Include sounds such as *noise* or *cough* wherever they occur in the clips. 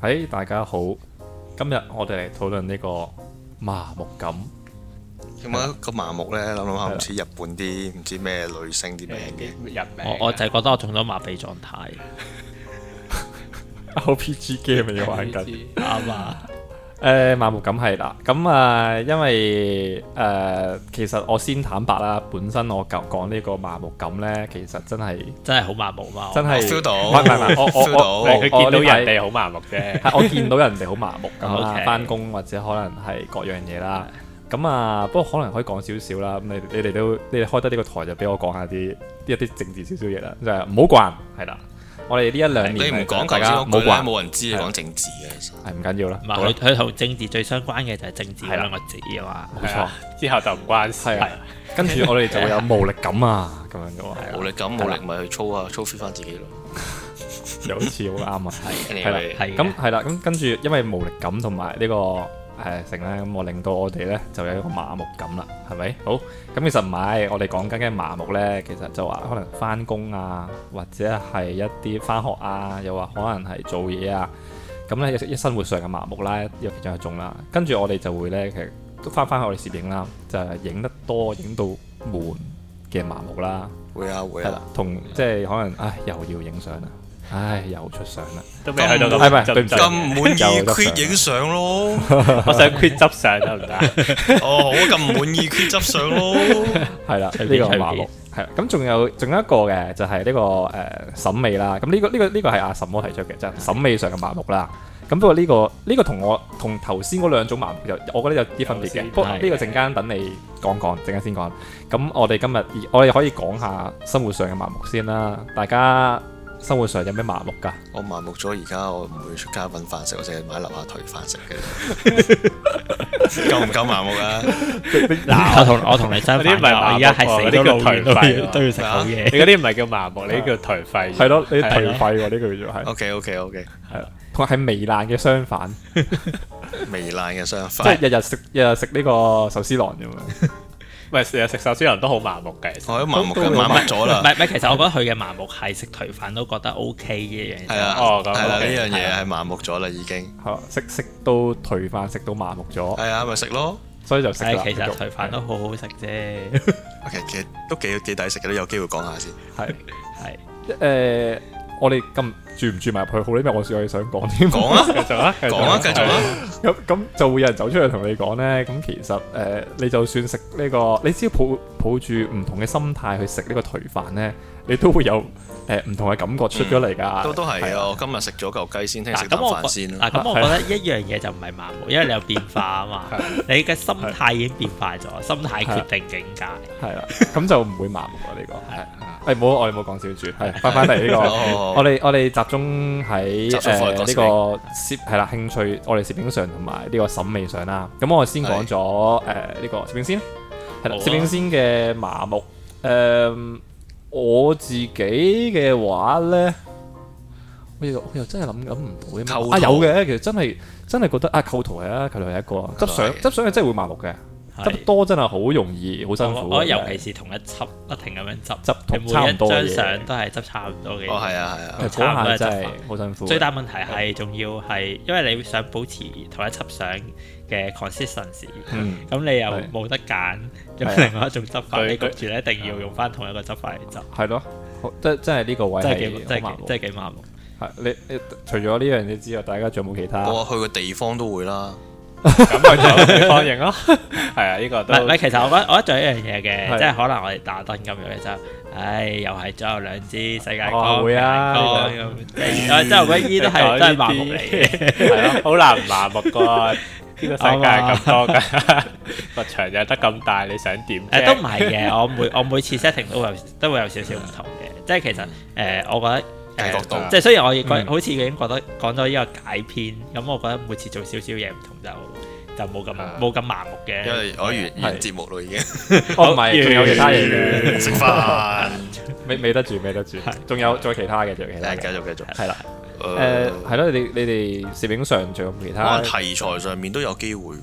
喺、大家好，今日我哋嚟討論呢個麻木感。 *laughs* 點解個麻木咧？諗諗下唔似日本啲唔知咩女星嗯啲名嘅，人名我我就係覺得我中咗麻痹狀態， RPG game 要玩緊。 *laughs* 誒、啱啊！麻木感係啦，咁啊、因為誒、其實我先坦白啦，本身我講講呢個麻木感咧，其實真係真係好麻木嘛，真係我 feel 到唔係唔係唔係我 feel 我到我唔係佢見到哦我呢排人哋好麻木 *laughs* 啫，係我見到人哋好麻木咁啦 *laughs* OK，翻工或者可能係各樣嘢啦。咁啊，不過可能可以講少少啦。咁你你哋都你哋開得呢個台就俾我講下啲一啲政治少少嘢啦，就係唔好慣係啦。我哋呢一兩年你唔大講頭先家嗰唔句好咧，慣，冇人知你講政治嘅，其實係唔緊要啦唔。好係佢啦佢同政治最相關嘅就係政治係嗰啦兩個字啊嘛。冇錯，之後就唔關事係啊。跟住我哋就 *laughs* 會有無力感啊，咁樣嘅喎，係無啊力感無力咪去操下操 fit 翻自己咯。又好似好啱啊。係啦 anyway，係咁係啦，咁跟住因為無力感同埋呢個誒成咧，咁我令到我哋咧就有一個麻木感啦，係咪？好，咁其實唔係，我哋講緊嘅麻木咧，其實就話可能翻工啊，或者係一啲翻學啊，又話可能係做嘢啊，咁咧一一生活上嘅麻木啦，有其中一種啦。跟住我哋就會咧，其實都翻翻去我哋攝影啦，就係影得多，影到悶嘅麻木啦。會啊會係啦啊，，同即係可能，唉，又要影相啦，唉，又出相啦，都未去到係咪咁對唔住咁盡，唔滿意有得 quit 上影相咯，我想 quit 執相得唔得啊？哦好啊咁唔滿意 quit 執相咯，係啦，隨呢便個麻木隨便係啦。咁仲有仲有一個嘅就係呢個誒審美啦。咁呢個呢個呢個係阿什麼提出嘅，就係審美上嘅麻木啦。咁不過呢個呢個同我同頭先嗰兩種麻木就我覺得有啲分別嘅。不過呢個陣間等你講講，陣間先講。咁我哋今日我哋可以講下生活上嘅麻木先啦。大家生活上有咩麻木㗎？我麻木咗而家，我唔會出街揾飯食，我淨係買樓下頹飯食嘅，夠唔夠麻木啊？ *laughs* 嗱，我同我同你相反嗰啲唔係麻木㗎，我而家係死嗰啲叫都老遠都頹廢要啊喎都要食好嘢。你嗰啲唔係叫麻木，你叫頹廢。啊係咯，你係頹咯廢喎呢句就係 OK OK OK，係啦，同埋係糜爛嘅相反。糜爛嘅相即反係。日日食日日食呢個壽司郎啫嘛。唔係成日食壽司郎都好麻木嘅。其實我都麻木都嘅，都麻木咗 *laughs* 唔啦。係唔係，其實我覺得佢嘅麻木係食頹飯都覺得 O K 嘅樣嘢。係啊，哦咁係啦，呢 OK，樣係嘢係麻木咗啦，已經係嘛食食到頹飯，食到麻木咗，係啊，咪食咯。所以就食唉啦。其實繼續頹飯都好好食啫，其實其實都幾幾抵食嘅，都有機會講下先。係係誒，我哋咁住唔住埋入去好呢？因為我試我想講添。 *laughs* 講啊，繼續啊，繼講啊，繼續啊。 *laughs* 咁咁就會有人走出嚟同你講呢。咁其實誒、呃你就算食呢、個，你只要抱抱住唔同嘅心態去食呢個頹飯呢，你都會有誒唔、同嘅感覺出咗嚟㗎。嗯都都係係嘅。啊我今日食咗嚿雞先，聽日嗱食啖咁我飯覺先啦。嗱咁我覺得一樣嘢就唔係麻木，因為你有變化啊嘛。你嘅心態已經變化咗，心態決定境界。係啦，咁就唔會麻木啊呢、個係。誒唔好，我哋冇講少住，係翻返嚟呢 *laughs* 個。我哦，哋我哋集中喺集中誒放喺呢個個攝係啦興趣，我哋攝影上同埋呢個審美上啦。咁我先講咗誒呢個攝影先，係啦，好啊攝影先嘅麻木。誒我自己嘅話咧，我又我又真係諗緊唔到嘅構啊圖有嘅，其實真係真係覺得啊構圖係啊構圖係一個執相構圖係執相係真係會麻木嘅，係執多真係好容易好辛我苦我嘅。覺得尤其是同一輯不停咁樣執，執同你每差唔一多嘅張嘢相都係執差唔多嘅嘢。哦係啊係啊，係差唔多嗰下係真執係法好辛苦嘅。最大問題係仲要係，因為你想保持同一輯相嘅 consistency，嗯咁你又係冇得揀係啊用另外一種執法，對你對焗住咧一定要用翻同一個執法嚟執，係咯，好真真係呢個位真係幾真係好麻係幾木。真係幾麻木。係你你除咗呢樣嘢之外，大家仲有冇其他？我去個地方都會啦。咁咪就地方 *laughs* 型咯。係啊，呢個唔都係唔係，其實我覺得我覺得仲有一樣嘢係嘅，即係可能我哋打燈咁樣嘅就，唉，又係左右兩支世界哦光，會啊世界光咁，即係我覺得依都係真係麻木嚟嘅。係咯，好難唔麻木噶。呢個世界咁多 *laughs* 噶， *laughs* 個場又得咁大，你想點啊誒都啫唔？係嘅，*laughs* 我每我每次 setting 都會有都會有少少唔同嘅，即係其實誒、我覺得誒、計角度即係雖然我已覺、嗯好似已經覺得講咗呢個解篇，咁我覺得每次做少少嘢唔同就就冇咁啊冇咁麻木嘅。因為我完係完節目咯，已經哦，唔係，仲有其他嘢 *laughs* 嘅，食飯。未未得住，未得住。仲有仲有其他嘅，仲有其他誒，繼嘅。續繼續。係啦，誒誒，係啊咯，你你哋攝影上仲有冇其可能他？題材上面都有機會喎。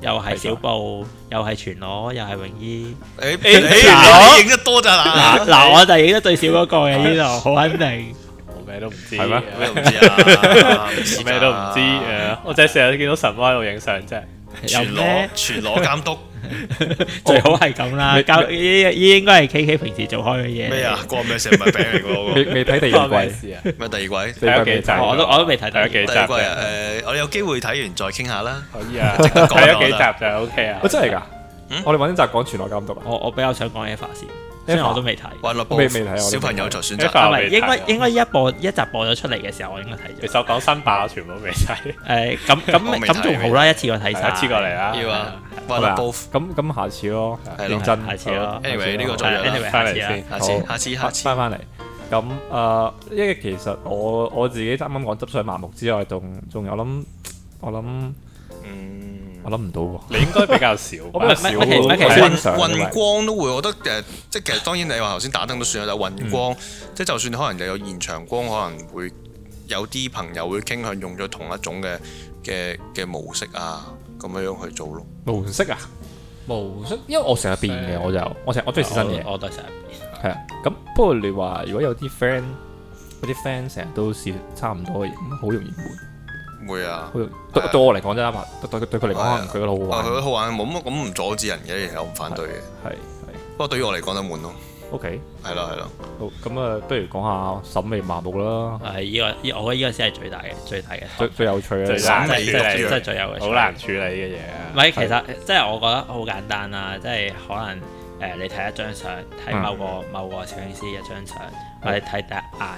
又係小布，又係全裸，又係泳衣。誒誒誒嗱你影得多咋嗱嗱？ *laughs* 嗱，我就影得最少嗰個嘅呢度，好肯定。冇咩都唔知，係咩咩都唔知啊，唔知㗎咩都唔知誒，我就係成日見到神威喺度影相啫。有全咩裸？哦全裸監督最好係咁啦，交呢呢應該係 K K 平時做開嘅嘢。咩 *laughs* 啊？？關咩事？唔係餅嚟未㗎喎未睇第關二咩季，事啊？咩第二季？第二季第一未季就係睇哦我都我都未睇睇到咗。幾第集二季嘅，啊？誒，我哋有機會睇完再傾下啦。可以啊，值得講啊睇咗我幾覺得集就 OK 啊我。真係㗎嗯，我哋揾一集講全裸監督啊，我我比較想講 Eva 先，雖然我都未睇。玩落未未睇我都未睇小朋友就選咩擇。飯係我咪未睇應該啊應該一播一集播咗出嚟嘅時候，我應該睇其咗。實我講新版我全部都未睇，誒咁我咁未睇咁仲好啦，一次過睇晒。一次過嚟啦。要啊，玩係咪落啊 both。咁咁下次咯，係咯認真，下次咯 Anyway，呢個再係約啊啦。 anyway，翻下嚟次下先。啦次，下次，下次。翻翻嚟。咁誒、呃因為其實我我自己啱啱講執上麻木之外，仲仲有諗，我諗嗯我諗唔到喎。你應該比較少吧，我比較少唔係唔係其實我正常運嘅光都會，我覺得誒，即係其實當然你話頭先打燈都算啦，但係嗯運光即係就算可能又有現場光，可能會有啲朋友會傾向用咗同一種嘅嘅嘅模式啊，咁樣樣去做咯。模式啊，模式，因為我成日變嘅，我就我成日我哦中意試新嘢，我我都係成日變。係啊。咁不過你話如果有啲 friend 嗰啲 friend 成日都試差唔多嘅嘢，咁好容易悶，會啊好，容易對係啊對我嚟講真啱啊，對對對佢嚟講可能佢覺得好啊佢玩，覺得好玩，冇乜咁唔阻止人嘅，其實我唔反對嘅。係係不過對於我嚟講就悶咯， OK。係咯係咯。好咁啊，不如講下審美麻木啦，係依個依我覺得依個先係最大嘅最大嘅最 topic，最有趣最嘅難真係真係最真係最有嘅。好難處理嘅嘢唔啊。係，其實即係我覺得好簡單啦，即係可能誒、呃你睇一張相，睇某個、某個攝影師一張相，或者睇第一眼，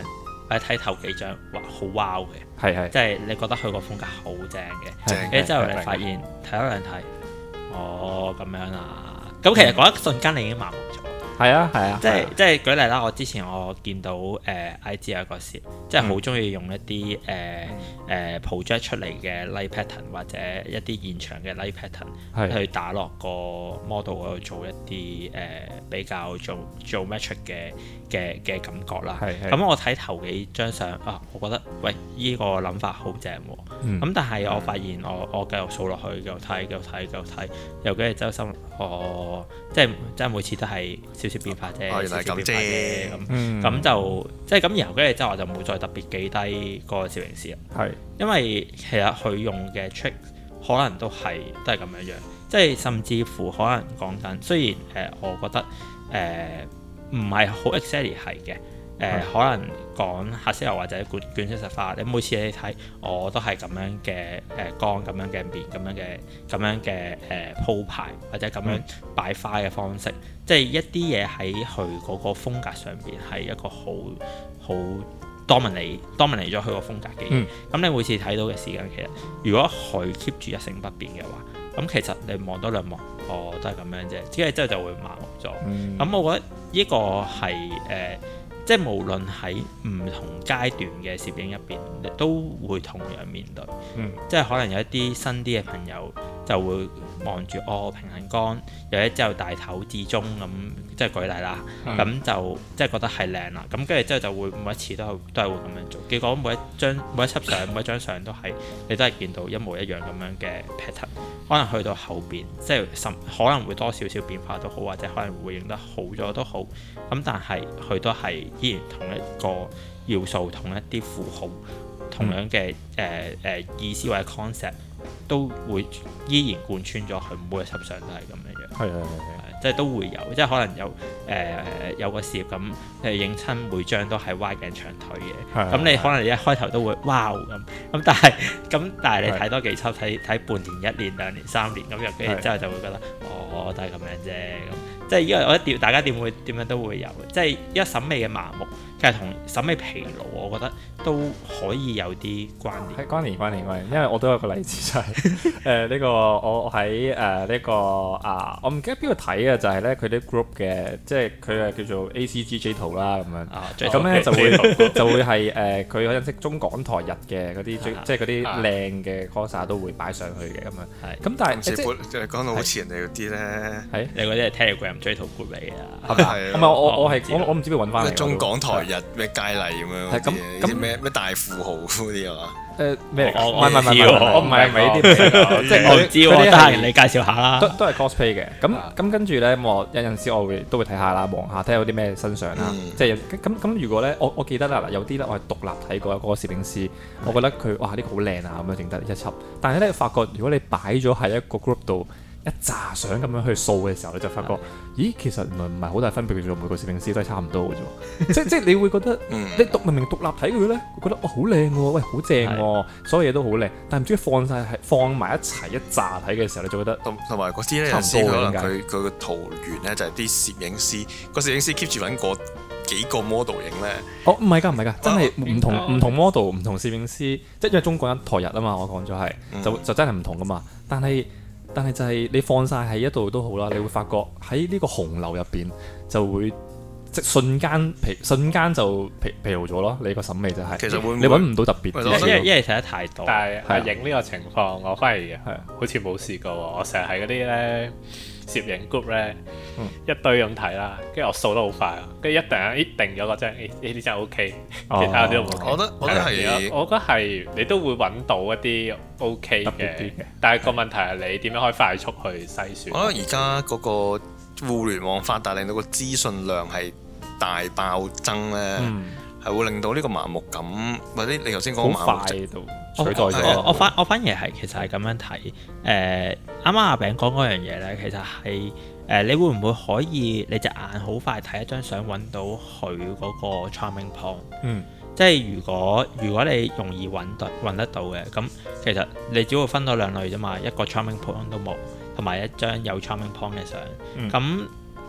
或者睇頭幾張，哇，好 wow 嘅，係係即係你覺得佢個風格好正嘅，正跟住之後你係發現睇一兩睇，哦咁樣啊，咁其實嗰一瞬間你已經麻木咗。係啊係啊，即係即係舉例啦，我之前我見到誒、呃 IG 有個攝，即係好中意用一啲誒誒 project 出嚟嘅 light pattern 或者一啲現場嘅 light pattern 係去打落個 model 嗰度做一啲誒、呃比較做做 metric 嘅嘅嘅感覺啦。係係咁我睇頭幾張相啊，我覺得喂依、個諗法好正喎。嗯咁但係我發現我我繼續數落去，繼續睇，繼續睇，繼續睇，又跟住周心我即係即係每次都係少少變化啫，哦原少來係少咁變化啫咁。嗯咁就即係咁，然後跟住之後我就冇再特別記低個攝影師啦，係因為其實佢用嘅 trick 可能都係都係咁樣樣，即係甚至乎可能講緊，雖然誒、呃我覺得誒唔係好 exactly 係嘅，誒、呃係可能講黑色油或者卷卷色實化，你每次你睇我都係咁樣嘅誒、呃、光、咁樣嘅面、咁樣嘅咁樣嘅誒、呃、鋪排或者咁樣擺花嘅方式，即係一啲嘢喺佢嗰個風格上邊係一個好好 dominate dominate 咗佢個風格嘅嘢。咁嗯、你每次睇到嘅時間，其實如果佢 keep 住一成不變嘅話，咁其實你望多兩望，哦都係咁樣啫，之後之後就會麻木咗。嗯咁我覺得呢個係誒、呃即係無論喺唔同階段嘅攝影入邊，你都會同樣面對。嗯即係可能有一啲新啲嘅朋友就會望住哦平衡杆，有一之後大頭至中咁，即係舉例啦。嗯咁就即係覺得係靚啦。咁跟住之後就會每一次都係都係會咁樣做。結果每一張每一輯相每一張相都係你都係見到一模一樣咁樣嘅 pattern。可能去到後邊，即係甚可能會多少少變化都好，或者可能會影得好咗都好。咁但係佢都係依然同一個要素、同一啲符號、同樣嘅誒誒意思或者 concept，都會依然貫穿咗佢每一輯相都係咁樣樣。係係係係。係即係都會有，即係可能有誒、呃有個攝咁誒影親每張都係歪頸長腿係嘅，咁你可能你一開頭都會哇哦咁，咁但係咁但係你睇多幾輯睇睇半年、一年、兩年、三年咁樣，跟係住之後就會覺得哦都係咁樣啫咁，即係依個我覺得點大家點會點樣都會有，即係一審美嘅麻木，其實同審美疲勞，我覺得都可以有啲關聯。係關聯關聯關聯，因為我都有個例子就係誒呢個我我喺誒呢個啊，我唔記得邊度睇啊，就係咧佢啲 group 嘅，即係佢係叫做 ACGJ 圖啦咁樣。啊，最哦咁咧就 ACG 會就會係誒佢嗰陣識中港台日嘅嗰啲最啊即係嗰啲啊靚嘅 coser 都會擺上去嘅咁樣。係咁但係唔似即係本講到好似人哋嗰啲咧，係你嗰啲係 Telegram Instagram 追圖 group 嚟啊，係咪啊係唔啊係我我我我唔係知我我唔知邊揾翻咩嚟。中港台日咩佳麗咁樣嗰係咁啲咁嘢，咩咩大富豪嗰啲啊嘛，誒咩嚟㗎？我唔我係唔係唔唔知係喎我唔係唔係呢啲咩嚟㗎，即係我佢唔知佢喎，哋得係閒你介紹下啦都。都係 cosplay 嘅，咁咁跟住咧，我有陣時我會都會睇下啦，望下睇下有啲咩新相啦，嗯即係有咁咁咁。如果咧，我我記得啦，嗱有啲咧我係獨立睇過嗰個攝影師，我覺得佢哇呢、個好靚啊咁樣整得一輯，但係咧發覺如果你擺咗喺一個 group 度一紮相咁樣去掃嘅時候，你就發嗯覺咦其實原來唔係好大分別嘅啫，每個攝影師都係差唔多嘅啫，即即係你會覺得。嗯，你獨明明獨立睇佢咧，佢覺得哇哦好靚喎，喂好正喎，所有嘢都好靚，但唔知放晒係放埋一齊一紮睇嘅時候，你就覺得同同埋嗰啲咧，有差唔時多可能嘅佢佢個圖源咧就係啲攝影師，個攝影師 keep 住揾個幾個 model 影咧，哦，唔係㗎，唔係㗎，真啊係唔哦同唔同 model、唔同攝影師，即係因為中國一台日啊嘛，我講咗係，嗯就就真係唔同㗎嘛。但係但係就係你放晒喺一度都好啦，你會發覺喺呢個洪流入邊就會即瞬間疲瞬間就疲疲勞咗咯，你個審美就係、其實會唔會你揾唔到特別喂之我因為處因為睇得太多，但係阿係啊影呢個情況，我反而啊好似冇試過喎。我成日喺嗰啲咧攝影 group 咧嗯一堆咁睇啦，跟住我掃得好快啊，跟住一定一定咗嗰張，咦呢啲真係 OK，哦啊其他啲都冇我覺得我覺得係我覺得係你都會揾到一啲 OK 特別啲嘅嘅，但係個問題係你點樣可以快速去篩選？我覺得而家嗰個互聯網發達令到個資訊量係大爆增咧，嗯，係、會令到呢個麻木感，或者你頭先好講麻木快症就取我代係咗我我反我反而係其實係咁樣睇，誒、啱啱阿餅講嗰樣嘢咧，其實係誒、你會唔會可以你隻眼好快睇一張相揾到佢嗰個 charming point？嗯即係如果如果你容易揾到揾得到嘅，咁其實你只會分到兩類啫嘛，一個 charming point 都冇，同埋一張有 charming point 嘅相。嗯咁、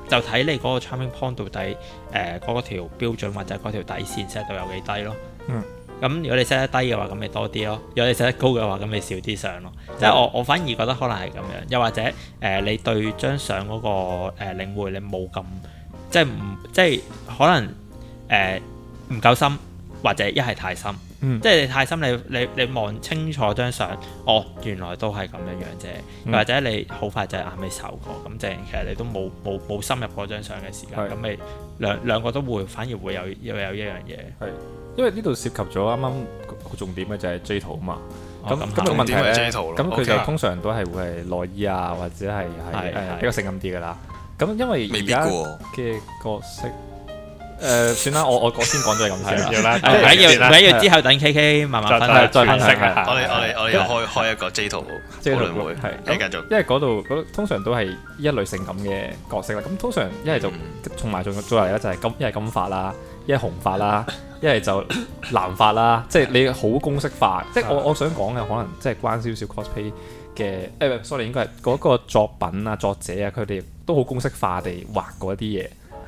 就睇你嗰個 charming point 到底呃誒嗰、條標準或者嗰條底線 set 到有幾低咯。嗯。咁如果你 set 得低嘅話，咁咪多啲咯；如果你 set 得高嘅話，咁咪少啲相咯。嗯即係我我反而覺得可能係咁樣，又或者誒、呃你對張相嗰個誒、領會你冇咁即係唔即係可能誒。呃唔夠深，或者一係太深，嗯即係你太深，你你你望清楚張相，哦，原來都係咁樣樣啫，嗯或者你好快就眼尾受過，咁即係其實你都冇冇冇深入嗰張相嘅時間，係咁你兩兩個都會反而會有又有一樣嘢，因為呢度涉及咗啱啱個重點嘅就係 J 圖啊嘛。咁哦咁個係問題重點係咧， J 圖咁咯佢 OK 就通常都係會係內衣啊，或者係係係誒係比較性感啲噶啦。咁因為未而必家嘅喎，嘅角色，誒算啦，我我我先講咗係咁係先啦啦。要啦，唔緊先要，啦唔緊要，之後等 K K 慢慢分再享。再分分析析一下下。我哋我哋我哋又開開一個 J 圖討 J 圖論會，係你繼續，因為嗰度嗰度通常都係一類性感嘅角色啦。咁通常一係嗯就同埋仲再嚟咧就係金，一係金髮啦，一係紅髮啦，一係就藍髮啦。即係你好公式化。即係啊我我想講嘅可能即係關少少 cosplay 嘅誒唔係，sorry 應該係嗰個作品啊、作者啊，佢哋都好公式化地畫過一啲嘢。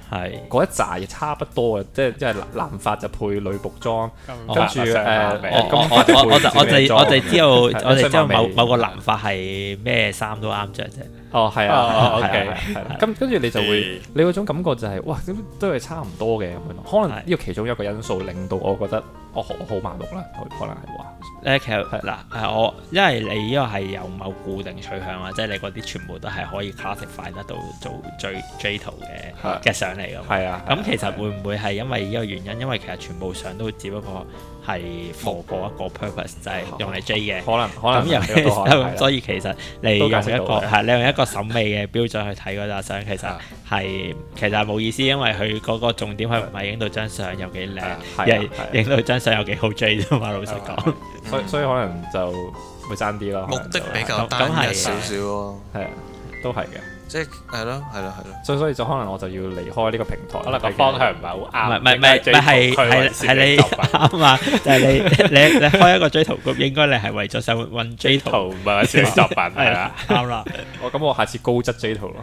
係嗰一紮嘢差不多嘅，即係即係藍髮就配女僕裝，跟跟住誒我誒我金我髮就我我就我配哋我哋知道我哋知道西馬某尾某個男髮係咩衫都啱着啫，哦，係哦啊係哦 OK 啊，係啦。咁跟住你就會，你嗰種感覺就係，哇，咁都係差唔多嘅咁樣咯。可能呢個其中一個因素令到我覺得我好我好麻木啦，可能係話，咧其實係嗱誒我，因為你呢個係有某固定取向啊，即係你嗰啲全部都係可以 classify 得到做最 J 圖係嘅嘅相嚟噶嘛。係啊。咁其實會唔會係因為呢個原因？因為其實全部相都只不過係 for 嗰一個 purpose，就係用嚟 J 嘅。可能哦可咁能又係有個 *laughs* 可能 *laughs* 係啦啊咁所以其實你用一個都解釋到嘅係你用一個審美嘅標準去睇嗰張相，其實啊係其實係冇意思，因為佢嗰個重點係唔係影到張相有幾靚啊，係啊而係係啊影到張相有幾好 J 啫嘛。老實係啊講。所以所以可能就會爭啲咯。目的比較咁單咁係一少少咯，係啊，都係嘅。即係係咯係咯係咯，所以所以就可能我就要離開呢個平台。可能個方向唔係唔好係啱，唔係唔係唔係係係你啱啊！就係你 *laughs* 你你開一個 J 圖 group，應該你係為咗想揾 J 圖圖唔係攝影作品係啊啦係啦。，啱啦。我哦咁我下次高質 J 圖咯。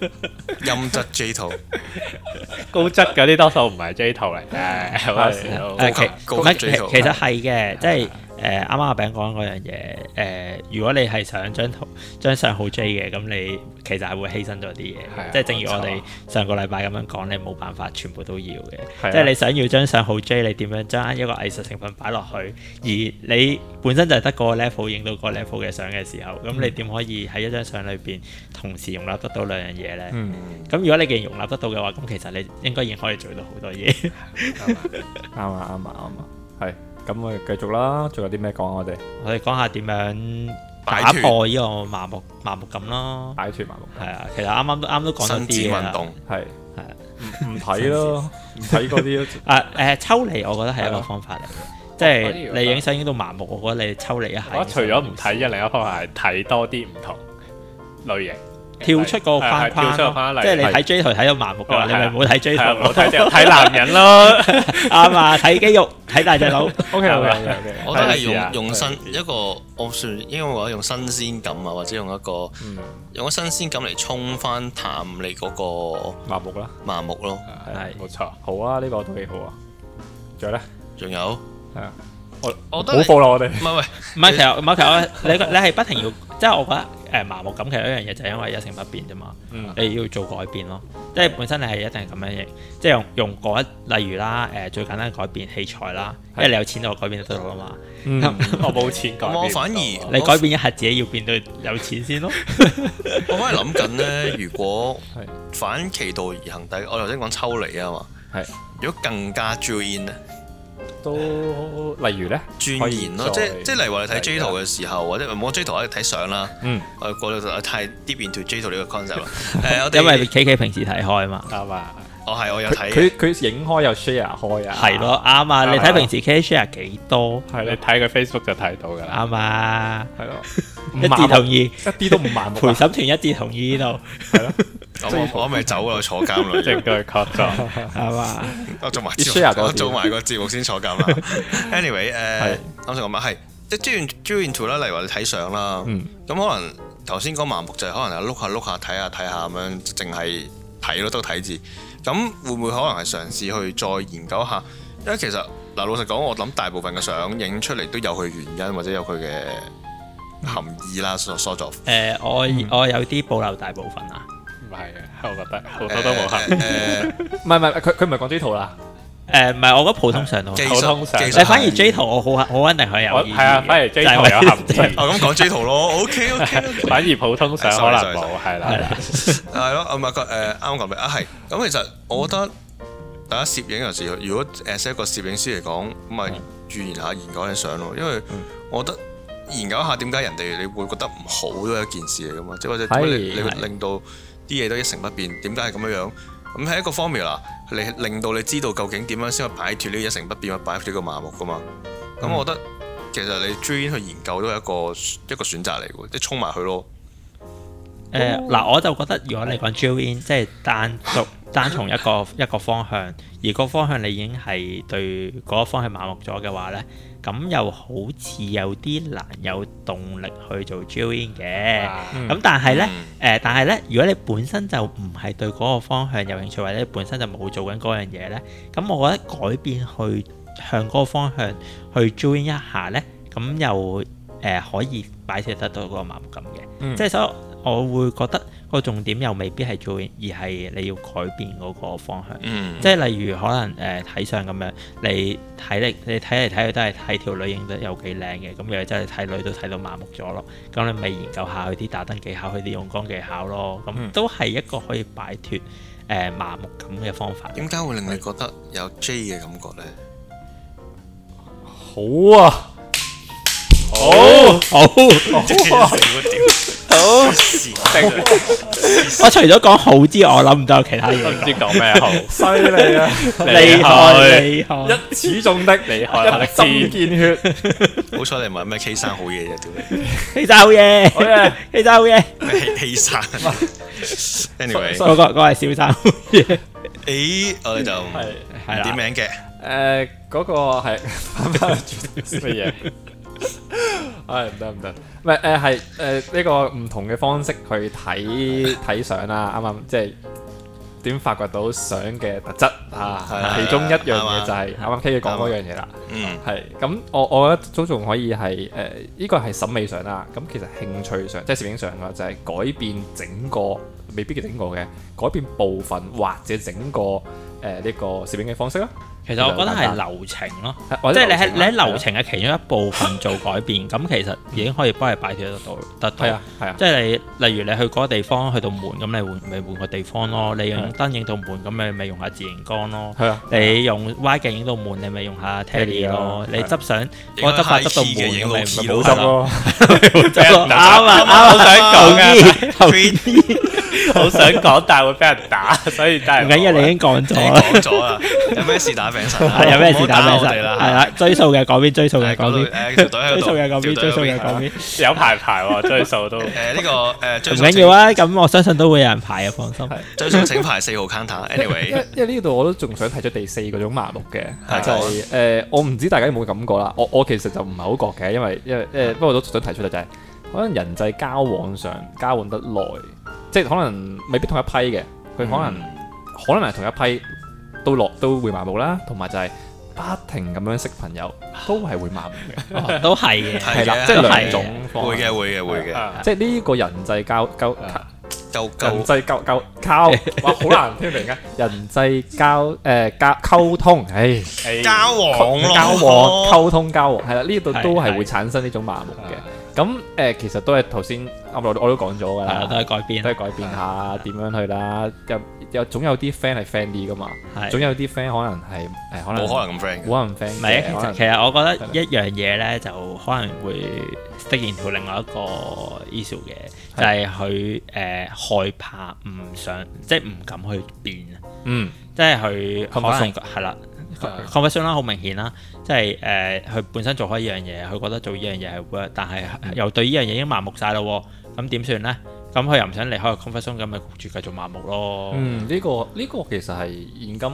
音質 J 圖，高質嗰啲多數唔係 J 圖嚟嘅，有時都誒其高級唔係 J 其圖其實係嘅，即係誒啱啱阿餅講嗰樣嘢，誒、如果你係想張圖張相好 J 嘅，咁你其實係會犧牲咗啲嘢係啊嘅，即係正如我冇哋上個禮拜咁樣講，你冇辦法全部都要嘅，係啊即係你想要張相好 J，你點樣將一個藝術成分擺落去，而你本身就係得個 level 影到個 level 嘅相嘅時候，咁你點可以喺一張相裏邊同時容納得到兩樣嘢呢？嗯，咁如果你既然容納得到嘅話，咁其實你應該已經可以做到好多嘢。啱啊啱啊啱啊，係咁我哋繼續啦，仲有啲咩講啊我哋 *laughs* 我哋講下點樣擺打脫破呢個麻木麻木感咯。擺脱麻木，係啊，其實啱啱都啱都講咗伸展啲啊嘢運啦。動，係係啊唔唔睇咯，唔睇嗰啲咯，啊誒，抽離我覺得係係一啊個方法嚟嘅，即我哦反而覺係得你影相影到麻木，我覺得你抽離一下。我除咗唔睇啫，另一方面係睇多啲唔同類型，跳出嗰個框係係跳框出個框框咯，即係你例如睇 J 圖睇到麻木嘅話，哦你係啊咪冇睇 J 圖係啊咯。冇睇就睇男人咯，啱啊，睇肌肉，睇大隻 *laughs* 佬。 OK 係咪 OK OK，我覺得係係啊用用新係一個，我算因為我用新鮮感啊，或者用一個嗯，用咗新鮮感嚟沖翻淡你嗰個麻木啦，麻木咯。係冇錯。好啊，呢個都幾好啊，仲有咧，仲有係啊，我好我覺得你報啦我哋唔，係喂，唔係，其實唔係，其實我你你係不停要，即係我覺得誒麻木感其實一樣嘢就係因為一成不變啫嘛。嗯你要做改變咯，即係本身你係一定係咁樣型，即係用用嗰一例如啦，誒、最簡單嘅改變器材啦，因為你有錢就改變得到啦嘛。嗯，我冇錢改變唔到。我反哦而你改變一下自己要變到有錢先咯。我反而諗緊咧，如果係反其道而行，但係我頭先講抽離啊嘛，係如果更加 join 咧。 *laughs* 都例如咧，鑽研咯，可即以再即例如話你睇 J 係圖啊嘅時候，或者唔好 J 圖，我哋睇相啦。嗯，我過咗就太 deep into J 圖呢 *laughs* 個 concept 啦。誒，我哋因為 K K 平時睇開嘛，啱啊！我係我有睇嘅佢佢影開又 share 開啊，係，咯啱啊！你啱啊睇平時 K K share 幾多係你咯睇佢 Facebook 就睇到㗎啦。啱啊？係咯，唔一致麻木同意，一啲都唔麻木陪啊，審團一致同意呢咁我我咪走啊啦，我坐監 *laughs* 啦已經證。據確鑿。度啱啊？我哦做埋你 share 多節啲目，我做埋個節目先坐監啦。Anyway，誒係，啱先講乜係即 join join into 啦，例如話你睇相啦，嗯咁可能頭先講盲目就係可能係碌下碌下睇下睇下咁樣，淨係睇咯，都睇字。咁會唔會可能係嘗試去再研究一下？因為其實嗱，老實講，我諗大部分嘅相影出嚟都有佢原因或者有佢嘅含義啦，所所作。誒、我我有啲保留大部分啊。唔係嘅，我覺得好 À, 多都冇合。誒誒唔係唔係，佢佢唔係講 J 圖啦，誒唔係，我覺得普通上都技好。普通術相技術你反含而義 J 圖我好好肯定佢 à, 有我意義嘅係啊，反而 J 圖有就 *laughs* 係合因為意，哦咁講 J 圖咯，OK OK OK。反而普通相可能 Sorry, sorry, 冇，係係啦 *laughs* 啦。係咯，啊唔係個誒啱講嘅啊係，咁其實我覺得大家攝影有時，如果誒識一個攝影師嚟講，咁咪鑽研下研究下啲相咯，因為我覺得研究一下點解人哋你會覺得唔好都係一件事嚟噶嘛，即係或者點解你係你會係令到啲嘢都一成不變，點解係咁樣樣？咁係一個 formula，你令到你知道究竟點樣先可以擺脱呢個一成不變，或擺脱呢個麻木噶嘛。咁我覺得其實你專去研究都係一個一個選擇嚟嘅喎，即係衝埋去咯。誒嗱、我就覺得如果你講 drill in，即係單獨單從一個一個方向，而個方向你已經係對嗰個方向麻木咗嘅話咧，咁又好似有啲難有動力去做 drill in 嘅。嗯咁、但係咧，誒、嗯但係咧，如果你本身就唔係對嗰個方向有興趣，或者你本身就冇做緊嗰樣嘢咧，咁我覺得改變去向嗰個方向去 join 一下咧，咁又誒、可以擺脱得到嗰個麻木感嘅。嗯即係所以，我會覺得個重點又未必係 join，而係你要改變嗰個方向。嗯，即係例如可能誒睇相咁樣，你睇你你睇嚟睇去都係睇條女影得有幾靚嘅，咁又真係睇女都睇到麻木咗咯。咁你咪研究下佢啲打燈技巧，佢啲用光技巧咯。嗯咁都係一個可以擺脱誒、呃麻木感嘅方法。點解會令你覺得有 J 嘅感覺呢？好啊，好，好， *laughs* *laughs* 我除咗講好之外，我諗唔到有其他 *laughs* 嘢都唔知講咩好，犀利啊，厲害厲害。一始中的，厲害啊一針見血，好彩你唔係咩 K 生好嘢啫，屌你其實好嘢，好嘢 *laughs* 其實好嘢。咩 K 生？Anyway，ờ, 所嗰個嗰個係小生好嘢，誒我哋就唔係係點啦。名嘅，誒嗰個係翻返去乜嘢？ *laughs* 唉，唔得唔得，唔係誒係誒呢個唔同嘅方式去睇睇相啦，啱啱即係點發掘到相嘅特質啊係啊？其中一樣係啊嘢就係啱啱 K 佢講嗰樣嘢啦。嗯，係咁，我我覺得都仲可以係誒，呃呢個係審美上啦。咁其實興趣上，即係攝影上嘅，就係、改變整個，未必叫整個嘅，改變部分或者整個誒呢、個攝影嘅方式啦， *laughs* 其實我覺得係流程咯，或即者係你喺你啦喺流程嘅其中一部分做改變，咁其實已經可以幫你擺脱得到得係到啊。係啊，即係你，例如你去嗰個地方，去到門，咁你換咪換個地方咯。你用燈影到門，咁你咪用下自然光咯。係啊，你用 Y 鏡影到門，你咪用下 Tele 咯。 Tele 你啊執相，影我下執法執到 high key 嘅影到門，咪咪 key 冇咯補執執 *laughs* 啦。咯，啱啊！啱啊！我想 *laughs* 講嘅，後面好想講，但係會俾人打，所以 *laughs* 真係唔緊要，你已經講已咗經啦。講咗啦，有咩事打病神啊？係有咩事打唔好咩我神？哋 *laughs* 係啦，啦，追數嘅講邊，追數係嘅講邊，誒條隊喺追度，數嘅講條邊，追隊數嘅喺度講邊。有排排喎，追 *laughs* 數都誒呢個誒唔追數緊要啊，咁我相信都會有人排嘅，放心。追數請排四號 counter。因 anyway，為因為呢度我都仲想提出第四個種麻木嘅，係就係、誒、我唔知大家有冇感覺啦。我我其實就唔係好覺嘅，因為因為誒，不過都想提出嘅就係、可能人際交往上交往得耐，即係可能未必同一批嘅，佢可能、可能係同一批都落都會麻木啦，同埋就係不停咁樣識朋友都係會麻木嘅，哦都係嘅，係係啦，嘅即係都係兩種方會嘅案。會嘅會嘅，啊即係呢個人際交交夠人夠際交交 *laughs* 交，哇，好難聽明啊！人際交誒交溝通，唉。哎交往咯，交 *laughs* 往、溝通、交往，係啦，呢度都係係係會產生呢種麻木嘅。咁誒、其實都係頭先啊我我都講咗㗎係啊，都啦，係啊改變都係改變下點樣去啦。有有總有啲 friend 係 friend 啲㗎嘛，係總有啲 friend 可能係誒可能冇可能咁 friend 嘅。冇可能 friend 唔係嘅，可啊，其實能其實我覺得一樣嘢咧，就可能會 stick into 另外一個 issue 嘅，就係佢誒害怕唔想，即係唔敢去變啊，嗯即係佢可 Comfort 能係啦。conversion 啦，好明顯啦，即係誒，呃佢、本身做開呢樣嘢，佢覺得做呢樣嘢係 work，但係又對呢樣嘢已經麻木晒啦喎，咁點算咧？咁佢又唔想離開個 conversion，咁咪焗住繼續麻木咯。嗯，呢、個呢、個其實係現今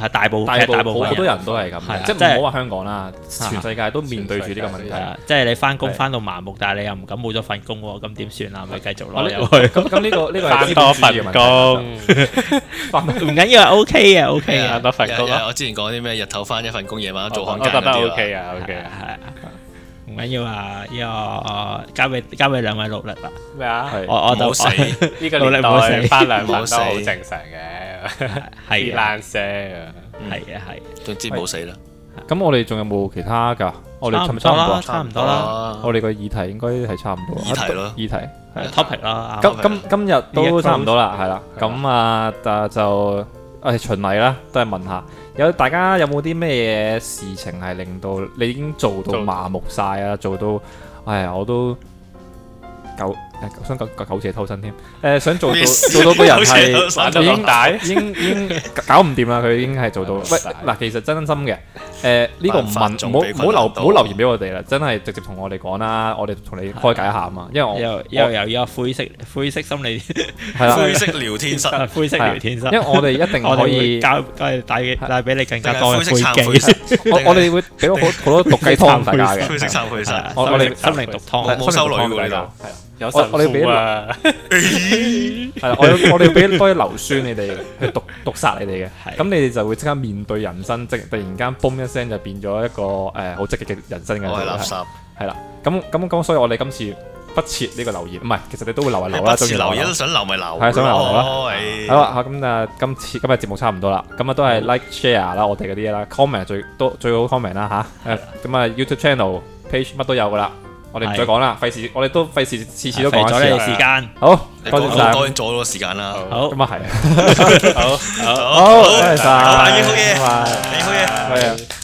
係大部大係部大部好分多人都係咁係啊嘅，即即係係啊唔好話香港啦，全世界都面對住呢個問題全世界都。係啊，即係你翻工係翻到麻木，但係你又唔敢冇咗份工喎，咁點算啊？咪繼續我攞呢入咁去。咁呢個呢個係翻多份工， *laughs* 唔緊要，O 啊 K 嘅，O Dạ, K 翻嘅，多份有工有咯，我之前講啲咩日頭翻一份工，夜晚做我看覺更得嗰啲 ờ, OK 啊啊 *laughs* 係，OK à. 啊係啊唔緊要啊！呢個交俾交俾兩位努力啦。咩啊？係我我唔好就死，唔呢個年代翻兩份都好正常 *laughs* 嘅係 à. 啊， ，freelancer 係啊，係啊。總之唔好死啦。咁我哋仲有冇其他㗎？我哋差唔差差唔唔多多啦啊。差唔多啦我哋個議題應該係差唔多啊。議題咯議題係。 topic 啦，今啱今今日都差唔多啦，係啦。係啦咁啊，但就誒循例啦，都係問下有大家有冇啲咩嘢事情係令到你已經做做到麻木晒啊？做到哎呀，我都狗誒想狗苟且偷生添誒，想做到咩事做到個人苟且偷係生玩到已經已經已經搞唔掂啦，佢已經係做到。喂，玩到晒嗱，其實真心嘅，誒呢個唔辦法問，唔仲好比唔好困留難唔好多留言俾我哋啦，真係直接同我哋講啦，我哋同你開解一下啊嘛，因為我又我又又有灰色灰色 *laughs* 心理啊係啦。灰色聊天室，灰色聊天室啊因，為我哋一定我可哋會以，交交帶帶俾你更定加係多灰嘅色懺灰悔機，室，我我哋會俾好好多毒雞湯大家嘅，灰色懺悔室。係啊我我哋心靈毒我湯，冇收女喎呢度。係啦有神父啊，係啦，我要我哋要俾多啲硫酸你哋去 *laughs* 毒毒殺你哋嘅，係咁你哋就會即刻面對人生，即突然間嘣一聲就變咗一個誒好積極嘅人生嘅，我係垃圾，係啦，咁咁咁，所以我哋今次不設呢個留言，唔係，其實你都會留一留你啦，不中意時留留嘢都想留咪留，係想留啦咯。好唉啦，好咁啊，今次今日節目差唔多啦，咁啊都係 like share 啦，我哋嗰啲嘢啦，comment 最多最好 comment 啦吓，誒咁啊 YouTube channel page 乜都有噶啦，我哋唔係再講啦，費事我哋都費事次次都肥講咗一次你哋啦。時間，好，你多講謝咗晒多，咗好多時間啦。好，咁啊係，好好。好多謝晒，好，阿英好嘢拜拜你好嘢。拜拜